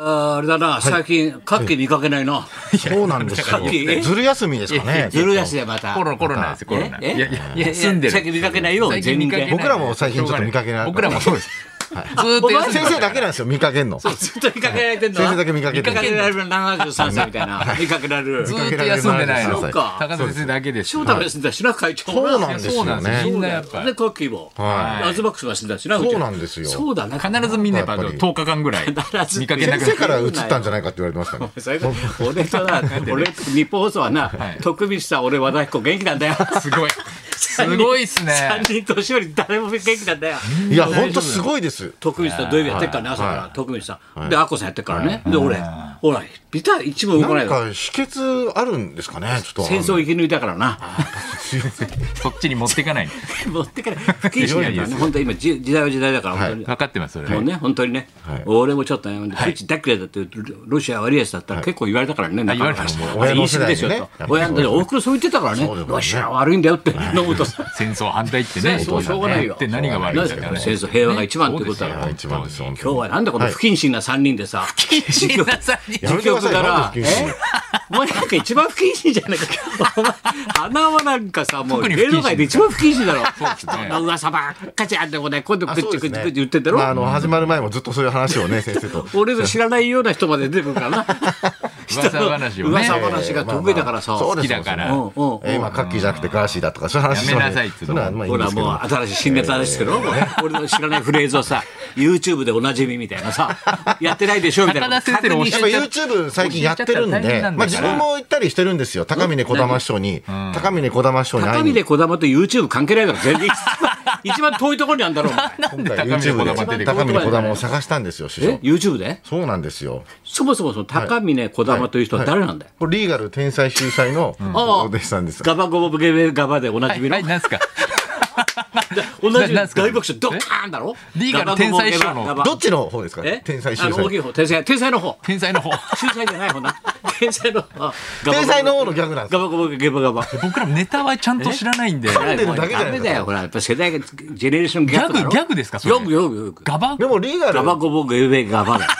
あれだな、最近、カッキー見かけないな。そうなんですよ。カッキーずる休みですかね。ずる休みでまた。コロコロなんですよ、コロナ。えいやいや、いやいや住んでる。最近見かけないよ最近見かけない僕らも最近ちょっと見かけない僕らもそうです。ずーっと休んで先生だけなんですよ、見かけんの。ずっと見かけられてんの先生だけ見かけて見るかけられる73歳みたいな。見かけられる。ずーっと休んでないの。そうか高田先生だけです。翔太も休んだしな、会長もそうなんですよねそうなんですよみんなやっぱで、カッキーも。はアズバックスも休んだしな、そうなんですよそうだな。必ずみんなやっぱやっぱり10日間ぐらい必ず見かけな先く生なかる。ら移ったんじゃないかって言われてますからね。それから俺とな、俺、日本放送はな、徳光さん、俺、和田彦元気なんだよ。すごい。すごい っすね。 3人年寄り誰も元気なんだよ。いや、ほんとすごいです。徳光さん土曜日やってっからね、朝から。徳光さん。で、アッコさんやってっからね。で、俺、ほら、ビタ一問動かなないんよ。か秘訣あるんですかね、ちょっと。戦争生き抜いたからな。そっちに持っていかない。持ってから、不謹慎だからね。本当今、じ時代は時代だから、本当に。分かってます、それもうは。ね、本当にね、い俺もちょっとね、プーチン大嫌いだって、ロシア悪いやつだったら結構言われたからね、仲間から言われたもう親の世代でにねすよとやっぱ。り親の世代、大黒そう言ってたからそうねで、すねロシアは悪いんだよって、飲むとさ。戦争反対ってね。戦争はしょうがないよって何が悪いんだからね。戦争平和が一番ってことだからが一番ですよ、今日はなんでこの不謹慎な3人でさ、不謹慎な三人やめてくださいから、なんで不謹慎えお前なんか一番不謹慎じゃないか。お前花輪なんかさ、もう特に不謹芸慎能界で一番不謹慎だろ。すね人の噂ばっかじゃんってことで、今度あくっそうちでくすっちねくっち言ってんだろまあ、あの、始まる前もずっとそういう話をね、先 生と。俺の知らないような人まで出てくるから な。噂話をね噂話が得意だからさ。そうです好きだからそうですうんうんうんえー今、カッキーじゃなくてガーシーだとか、そういう話やめなさいってそういうのはまあいいほんでらすけもうど。新しい新ネタですけど、俺の知らないフレーズをさ YouTube でおなじみみたいなさやってないでしょみたいな高田先生のおっしゃやっるぱ YouTube 最近やってるん教えちゃったら大で変、なんだからまあ自分も行ったりしてるんですよ。高峰小玉師匠に、高峰小玉師匠に会高いに峰児玉と YouTube 関係ないだろ 全然一番遠いところにあるんだろお前なんで高見小玉出てくる高峰小玉を探したんですよ、師え匠。 YouTube でそうなんですよ。そもそもその高峰児玉という人は誰なんだよ、これリーガル天才秀才のお弟子さんです。ガバゴボゲベガバでおなじみの、はい、何すか同じななんすか大爆笑ドカーンだろリーガル天才師匠のガバゴボゲバガバどっちの方ですかえ天才あ秀の大きい才。方天才天才の方天才の方。秀才じゃない方な 天才の 方天才の方のギャグなんですガよ。バゴボゲバガバ僕らもネタはちゃんと知らないんで。んでるだけじゃないですかダメだよ、ほら、やっぱ世代が、ジェネレーションギャップだろ。ギャグギャグですかそよれくよくよく。ガバでもリーガガバル、ゴボゲベガバだ。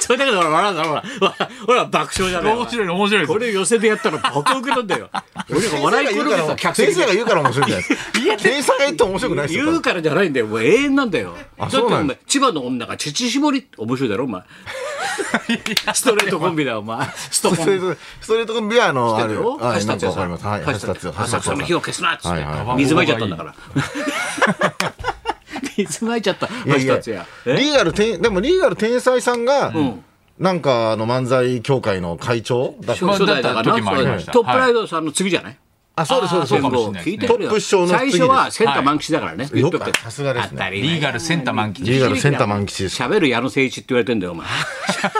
それだけどほら笑うだろ、ほら。ほらほら、爆笑じゃない。面白い面白いですこれ寄せでやったら爆受けなんだよ。俺が笑い先生が転言げうかてさ、ら客席先生で。が言うから面白いじゃない ですか。天才が言っても面白くないですよ。言うからじゃないんだよ、もう永遠なんだよ。だってそおうなん前、千葉の女が乳搾り、面白いだろ、お 前。ストレートコンビだよ、お前。ストスコトレーン。ト、ストレートコンビはあの、あるよ。は橋い、なん立か也わかさりんます。はい、橋立也浅草の火を消すなっつっはていはい水まいちゃったんだから 水まいちゃったい橋やいや立也えリーガル天、でもリーガル天才さんが、なんかあの漫才協会の会長だっ初た初代だからなだった時もありましたそうだよトップライドさんの次じゃないあ、そうです、そうです。そうかもしれない聞いてですトるッよプ師匠の次最です初はセンター満吉だからね言っとくけどさすがですね当たり前リーガルセンター満リ喫。ーガルセンター満吉です。喋る矢野誠一って言われてんだよお 前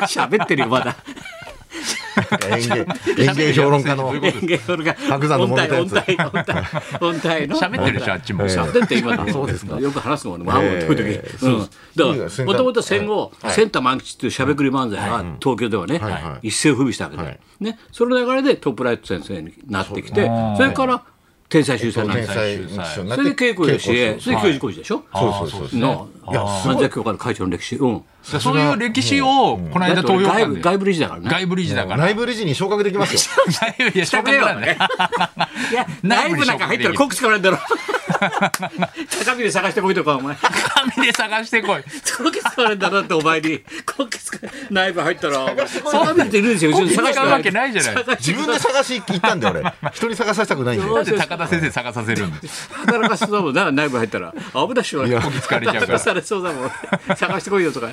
喋ってるよまだ演芸、演芸評論家の。演芸それが白山音の揉体めたや音つ体音体音体の喋ってるでしょ、あっちも。喋って今の。そうですか。よく話すもんね。もう半分解く時。うん。だから、もともと戦後、センター満喫というしゃべくり漫才が東京ではね、はい一世を風靡したわけで。ね。その流れでトップライト先生になってきて、それから天才秀才なんで天すよ。才師匠になっそて。れで稽古よし稽え、古それで教授講師でしょそうそうそう。の、いやすごい漫才協会の会長の歴史。うん。そういう歴史を、このだって間東俺洋外館部、で。外部理事だからね。外部理事だから。内部理事に昇格できますよ。いや、下だけからよねね。。 いや、内 部なんか入ったらコックしかないんだろ。 高みで探してこいとか、 お前。紙で探してこい。コック使われんだなってお前にコック使われ内部入ったらそうなっているんですようちに探して使うわけないじゃない。自分で探し行ったんで俺。人に探させたくないんで。だって高田先生探させるんで。働かせそうだもんな内部入ったら危ないっしょこき疲れちゃ働うか。から されそうだもん探してこいよとか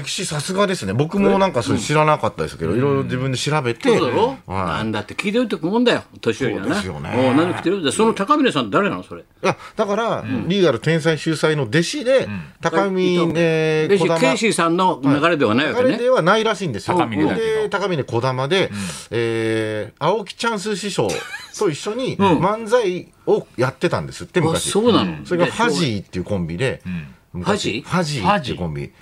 歴史さすがですね。僕もなんかそれ知らなかったですけど、いろいろ自分で調べて。そうだろはなんだって聞いておいてくもんだよ年寄りはそうなですよねもう何食ってるんだその高峰さん誰なのそれい。いやだから、リーガル天才秀才の弟子で、高見えーで小玉。ケイシーさんの流れではないわけ彼ねではないらしいんですよ。高峰だけどで、高峰小玉で、えー青木チャンス師匠と一 緒に漫才をやってたんですって、あ昔。そうなのそれがでファジーっていうコンビで、昔フファジーっていうコンビ。うん。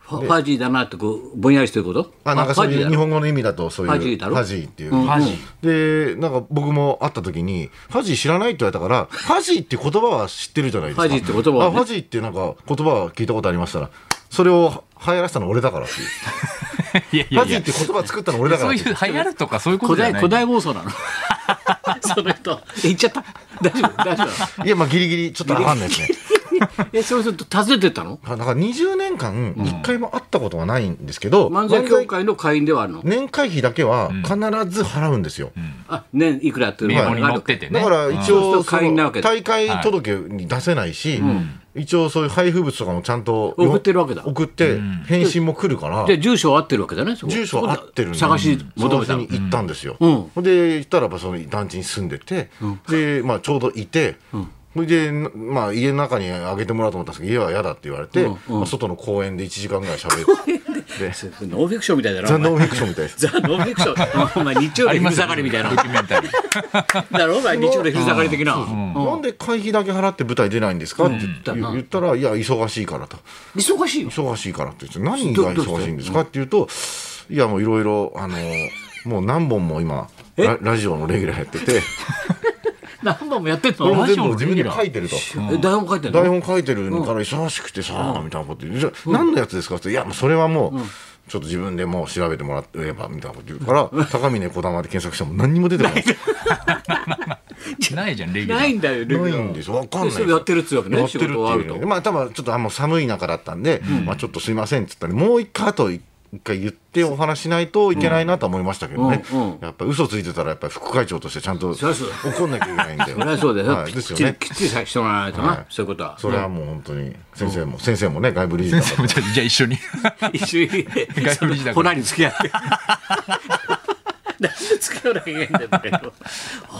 ファファジーだなってこうぼんやりしてることあなんかそういうだ日ろ本語の意味だとそういうファジーだろファジーっていう、うんファジでなんか僕も会った時にファジー知らないって言われたからファジーって言葉は知ってるじゃないですかファジーって言葉はねあファジーってなんか言葉は聞いたことありましたらそれを流行らせたの俺だからっていういやいやパいジやって言葉作ったの俺だかそらうっいてう流行るとかそういうこ古とじ代ゃない古代妄想なの その人言っちゃった大丈夫大丈 夫いやまあギリギリちょっと分かんないですねえそれそれ訪ねてったのあだから20年間一回も会ったことはないんですけど、漫才協会の会員ではあるの年会費だけは必ず払うんですよ、あ年いくらやってる名の簿にがあ載るっててねだからうん一う応んそうすると会員なわけだ大会届に出せないし、一応そういう配布物とかもちゃんと送ってるわけだ送って返信も来るから、で住所は合ってるわけだねそこ住所合ってるんで探し求めた探のしに行ったんですよ、うんほんで行ったらばその団地に住んでて、で、まあ、ちょうどいて、それで、まあ、家の中にあげてもらおうと思ったんですけど家は嫌だって言われて、うんうんまあ、外の公園で1時間ぐらい喋 ってノンフィクションみたいだなザ・お前ノンフィクションみたいですザ・ノンフィクショ ンお前日曜あ日り昼ます下がりみたいなドキュメンタリーだろお前日曜日昼下がり的なうんなんで会費だけ払って舞台出ないんですかってうん言言ったら、いや、忙しいからと、忙しいよ忙しいからって言って、何がどどうし忙てしいんですかって言うと、いや、もういろいろ、あの、もう何本も今、ララジオのレギュラーやってて、何本もやってんこれもの全部自分で書いてると。え台本書いてん台の本書いてるから忙しくてさ、みたいなこと言うじゃあ何のやつですかって言っていや、もうそれはもう、ちょっと自分でもう調べてもらってればみたいなこと言うから高峰こだまで検索しても何にも出て こないんですよないじゃんレギュラないーんだよレギュラーないんですよわかんないんですそよれやってるっつうわけやねって仕るって事はあいるうとのでまあ多分ちょっとあもう寒い中だったんで、まあちょっとすいませんっつったらもう一回あと一回言ってお話しないといけないなとは思いましたけどね、うんうんうんやっぱ嘘ついてたらやっぱり副会長としてちゃんとりゃそうだ怒んなきゃいけないんでそりゃそうだよ、はいきでっすちより、ねきっちりさしてもらわないとな、はいそういうことは。それはもう本当に先生も、先生もね外部理事だからじゃあじゃあ一緒に一緒に、外部理事だからほらに付き合 って。なんで付き合わなきゃいけないんだよ、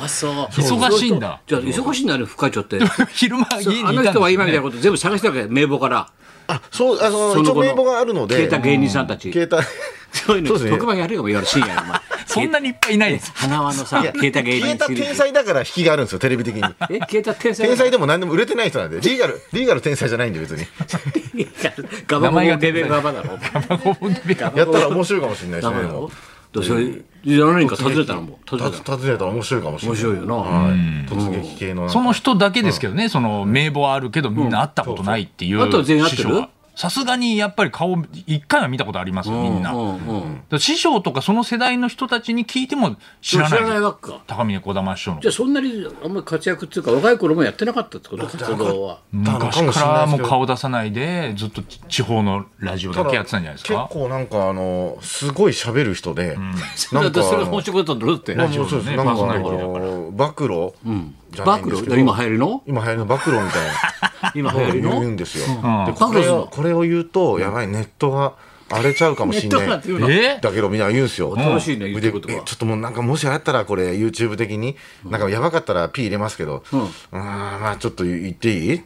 あ、そう。忙しいんだじゃあ、忙しいんだね、副会長って。昼間家にいたあんのです人は今みたいなねこと全部探してたわけ、名簿から。あそうあのその一後の応名簿があるので消えた芸人さんた ち。携帯そういうその、うですね特番やるよ、いわゆる深夜にお前。 そんなにいっぱいいないです花輪のさ、消えた芸消人えたシリーズ天才だから引きがあるんですよテレビ的に え、消えた天才天才でも何でも売れてない人なんでリーガルリーガル天才じゃないん で別にガバ名ゴ前がボ天デ才ベガバだろ、お前 やったら面白いかもしれないでダすメねだもろう。どうせ、じゃあ何人か訪ねたのも、訪ねたたの訪ねたら面白いかもしれ面ない白いよな。はい突撃系のなんかその人だけですけどね、その名簿はあるけど、みんな会ったことないっていう、うんそうそうあとは全員会ってる師匠はさすがにやっぱり顔、一回は見見たことありますよ、みんうな。だんかうんら師匠とかその世代の人たちに聞いても知知ららない。ないわけか。高峰小玉師匠のじゃあそんなにあんまり活躍っていうか若い頃もやってなかったってこと活動は。たのかもしれないですけ昔どからもう顔出さないでずっと地方のラジオだけやってたんじゃないですか結構なんかあのすごい喋る人で、だなっんてかそれが面白かったんだろだって。まあ暴もうそうですねなんかあパーソナリティの暴露じゃないんで露すけどで今流行りの今流行りの暴露みたいな今 流行り言うのんですよ。んでこれうんをこれを言うとやばいネットが荒れちゃうか もネしッれトなないんて。いうのはえだけどみんな言うんですよ。新しいね言ってでることえが。ちょっともうなんかもしあったらこれ YouTube 的になんかやばかったら P 入れますけど、ううんーんまあちょっと言っていい？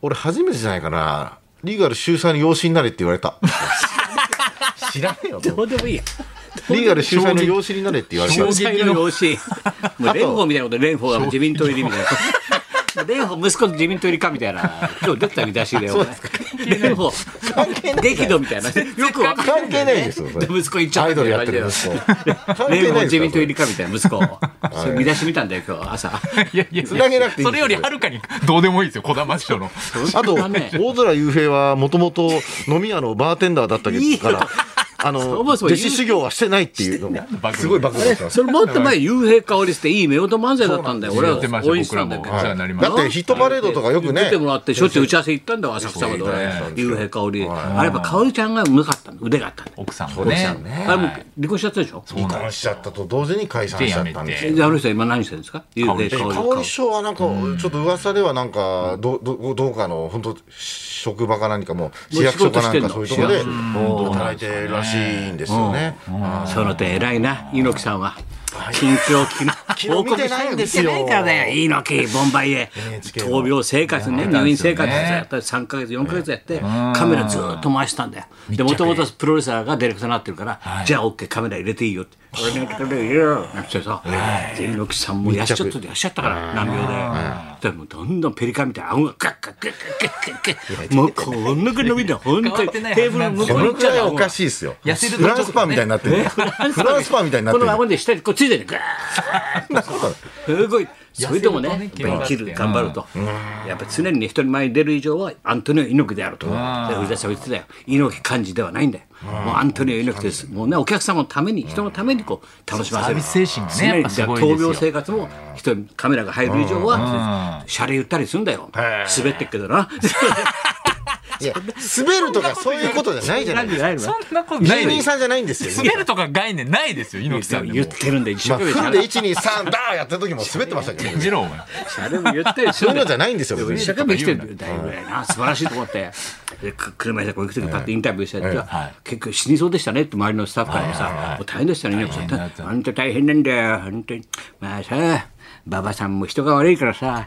俺初めてじゃないかな。リーガル週3に養子になれって言われ た。知らねえよ。もうどうでもいいや。リーガル週3の養子になれって言われた小。才の養 子。もう蓮舫みたいなこと蓮舫が自民党入りみたいな。蓮舫息子の自民党入りかみたいな。今日出てた見出しで。お前蓮舫激怒みたいな。よくわかんない関係ないですよ。それ息子行っちゃったアイドルやってるみ息た子いな。 関蓮係舫ない自民党入りですかみたいな息 子。それ見出し見たんだよ今日朝。いやいやつなげなくていいそれよりはるかにどうでもいいですよ小玉師匠のあそと、んなね大空雄平はもともと飲み屋のバーテンダーだったけいいよど から、あの、そも弟そも子修行はしてないっていうのも、すごい暴露だったんですそれもっと前、幽閉香りしていい目音漫才だったんだよ。俺言はってま応援したしてた僕らんだもおけど。世話になりましだってヒットパレードとかよくね出てもらって、しょっちゅう打ち合わせ行ったんだわ、浅草まで。俺幽閉香り。あれやっぱ香りちゃんがうまかったの、腕があったんだよ。奥さんもね奥さんねあれもう離婚しちゃったでしょ離婚しちゃったと同時に解散しちゃったんですよ。で、あの人は今何してるんですか幽閉で香香りり。師匠はなんか、ちょっと噂ではなんか、どどどうかの、本当職場か何かも、市役所かなんかそういうところで、働いてるらしいんですよね。あその点偉いな、猪木さんは。近況 昨日報告したよ。見てないんですよ見てないからだよ、猪木、ボンバイへ NHK の闘病生活ね、入院生活をやったり3か月、4か月やって、カメラずーっと回してたんだよ。で、もともとプロレスラーがディレクターになってるから、じゃあ OK、カメラ入れていいよって。俺のカメラ入れろよなんてさ、で猪木さんもやっちゃっとでやっしちゃったから、難病で。でもどんどんペリカンみたいな顎がガッガッガッガッガッガッガッもうこんなく伸びて、本当変わにってないテーブル向ーここうに行のっくちゃうらいよおかしいですよ。痩せるとフランスパンみたいになってる。フランスパンみたいになっこてるの。顎で下にこうついてる。ガーッすごい。それでもね痩せるとやねっぱり生きる頑張ると、やっぱり常にね人に前に出る以上はアントニオ猪木であると、で藤田さんは言ってたよ猪木幹事ではないんだよ、もうアントニオ猪木ですもうねお客様のために人のためにこう楽しませるサービス精神がねやっぱすごいですよ常に闘病生活も人にカメラが入る以上はシャレ言ったりするんだよ滑ってっけどないや滑るとかそういうことじゃないじゃないで すかそんなことない芸で人すさんじゃないんですよ滑るとか概念ないですよ猪木さんで言もってるんで一生まあ懸命踏ん喋でる123ダーやった時も滑ってましたけど信じろお前シャレも言ったりすそうるんだいうのよじゃないんですよ別一生に懸命生きてるんだよ、だいぶ偉いな、素晴らしいと思って、でく車椅子でこう行くとき、パッてインタビューしたら、結局死にそうでしたねって、周りのスタッフからもさ、もう大変でしたね、猪木さんって、本当大変なんだよ、本当に、まあさ、馬場さんも人が悪いからさ、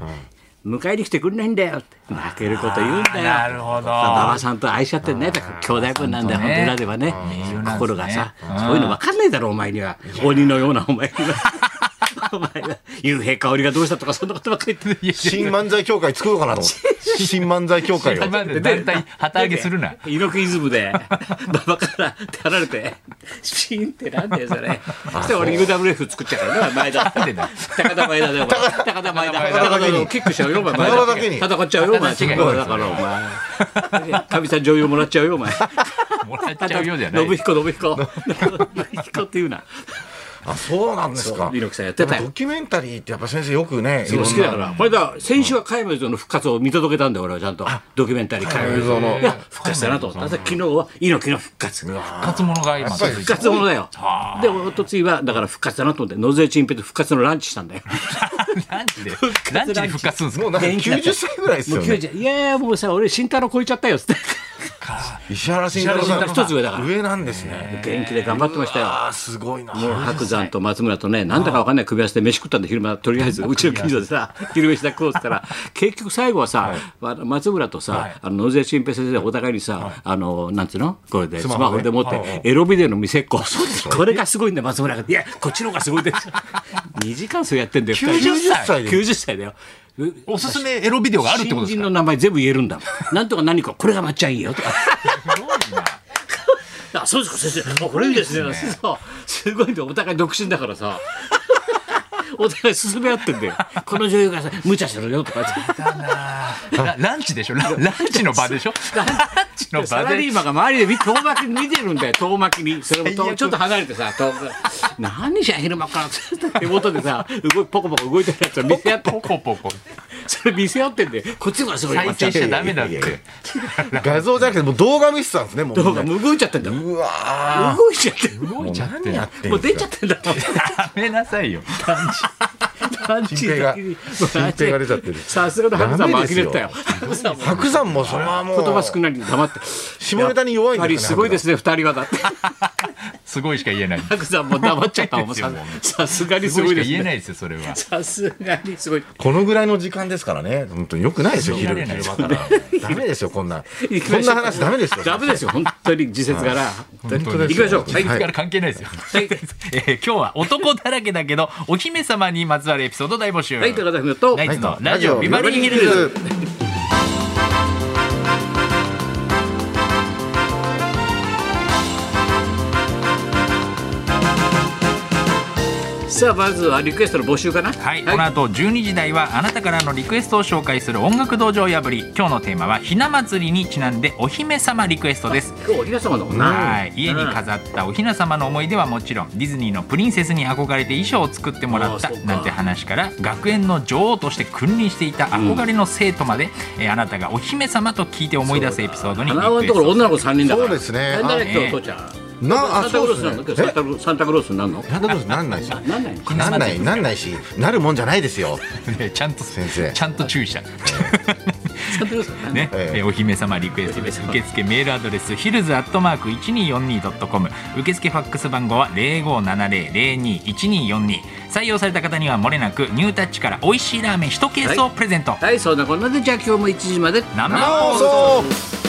迎えに来てくれないんだよって、負けること言うんだよ、なるほど馬場さんと愛しちゃってね、だから兄弟分なんだよ、本当本ね当裏ではねいいよ、なんですね心がさ、そういうの分かんないだろ、お前には、鬼のようなお前には。お前は幽閉香りがどうしたとかそんなことばっかり言っていや新漫才協会作ろうかなと思って新漫才協会を今まで団体旗揚げするな猪木イズムで馬場から出られてシーンってなんだよそれそして俺 UWF 作っちゃうからね前田なんでだよ高田前田でお前高田前田高田だけにキックしちゃうよお前高田だけに戦っちゃうよお前高田だけにだからお前かみさん女優もらっちゃうよお前もらっちゃうようじゃない信彦信彦信彦っていうなあそうなんですか猪木さんやってたよドキュメンタリーってやっぱ先生よくねいろん好なきだからこれだ先週は加山雄三の復活を見届けたんだよ俺はちゃんとドキュメンタリー加山雄三のいや復活したなと思っただから昨日は猪木の復活復活者が今続いて復活ものだよ。で、おとついは、だから復活だなと思って、野添チンペと復活のランチしたんだよ。なんでなんで復活するんですもうなんか90歳ぐらいですもよう九ね十、いやいや、もうさ、俺、慎太郎超えちゃったよ、つって。か石原慎太郎石さ原ん慎一つ上だから。上なんですね元気で頑張ってましたよ。ああすごいな白山と松村とね、なんだかわかんない組み合わせで飯食ったんで、昼間、とりあえず、うちの近所でさ、 昼飯だ食おうって言ったら、結局最後はさ、あの松村とさ、あの野添新平先生、お互いにさ、あの、なんつうのこれで、スママホホねで持って、エロビデオの見せっこ。これがすごいんだよ、松村が。いや、こっちの方がすごい です。2時間それやってんだよ、二人90歳で90歳だよ。うおすすめエロビデオがあるってことで新す人かの名前全部言えるんだも ん。なんとか何か、これがまっちゃんいいよと か。あ、そうですか、先生。あ、これいいですね。そう。すごいんだよお互い独身だからさ。 お互い進め合ってんだよ。この女優がさ、無茶するよとか言って。ラランチでしょラランチの場でしょランチのサ場ラリでーマンが周りで見遠巻きに見てるんだよ、遠巻きに。それも最遠悪ちょっと離れてさ、遠く。何じゃ昼間からずっと手元でさ、動いポコポコ動いてるやつを見せ合って、ポコポコそれ見せ合ってんだよ。こっちがすごいよ。再生しちゃダメだっいやいやいて画像じゃなくてもう動画見せてたんですねもう動画もう動いちゃってんだよ。うわー動いちゃってる。動いちゃって何やってんものう出ちゃってんだもん。やめなさいよランチ感じ平が新平が出ちゃってるさすがの白山もダメ呆ですよれてたよ。白山も白山もそれはもう言葉少ないんで黙って。下ネタに弱いんやっぱりですすごいですすね、二人はだって。すごいしか言えないす白山も黙っちゃったもんすごさいですよさもすがにすごいごいでしかす言えね。ないですよそれはさすがにすごい。このぐらいの時間ですからね本当によくないですよ昼信じられ昼な間いからダメですよこんな行きこましょうんな話ダメですよダメですよ、本当に時節柄。本当に本当行できすよましょう。はい。だから関係ないですよ、いえー今日は男だらけだけどお姫様にまつわるエピソード大募集、はい、高田文夫とナ。イツのラジオビバリーヒルズズさあ、まずはリクエストの募集かな。はい、この後12時台はあなたからのリクエストを紹介する音楽道場破り今日のテーマはひな祭りにちなんでお姫様リクエストです今日お姫様だもんはな。い家に飾ったおひな様の思い出はもちろんディズニーのプリンセスに憧れて衣装を作ってもらったあーそうかなんて話から学園の女王として君臨していた憧れの生徒まで、えーあなたがお姫様と聞いて思い出すエピソードにリク花輪のエとスころト女の子三人だから。そうですね大変だあね、ね今日、父ちゃん。なサあンタクそロうースですなんだけねど、サンタクロースサンタクロースになるのえなんだことなんないですよなん ないのなんないなんないしなるもんじゃないですよ でちゃんと先生ちゃんと注意したサンタクロースなんないのね、えええーお姫様リクエストです受付メールアドレスヒルズアットマーク 1242.com 受付ファックス番号は0570021242採用された方にはもれなくニュータッチから美味しいラーメン1ケースをプレゼント、はい、そんなこんなで、じゃあ今日も1時まで。生生放放送送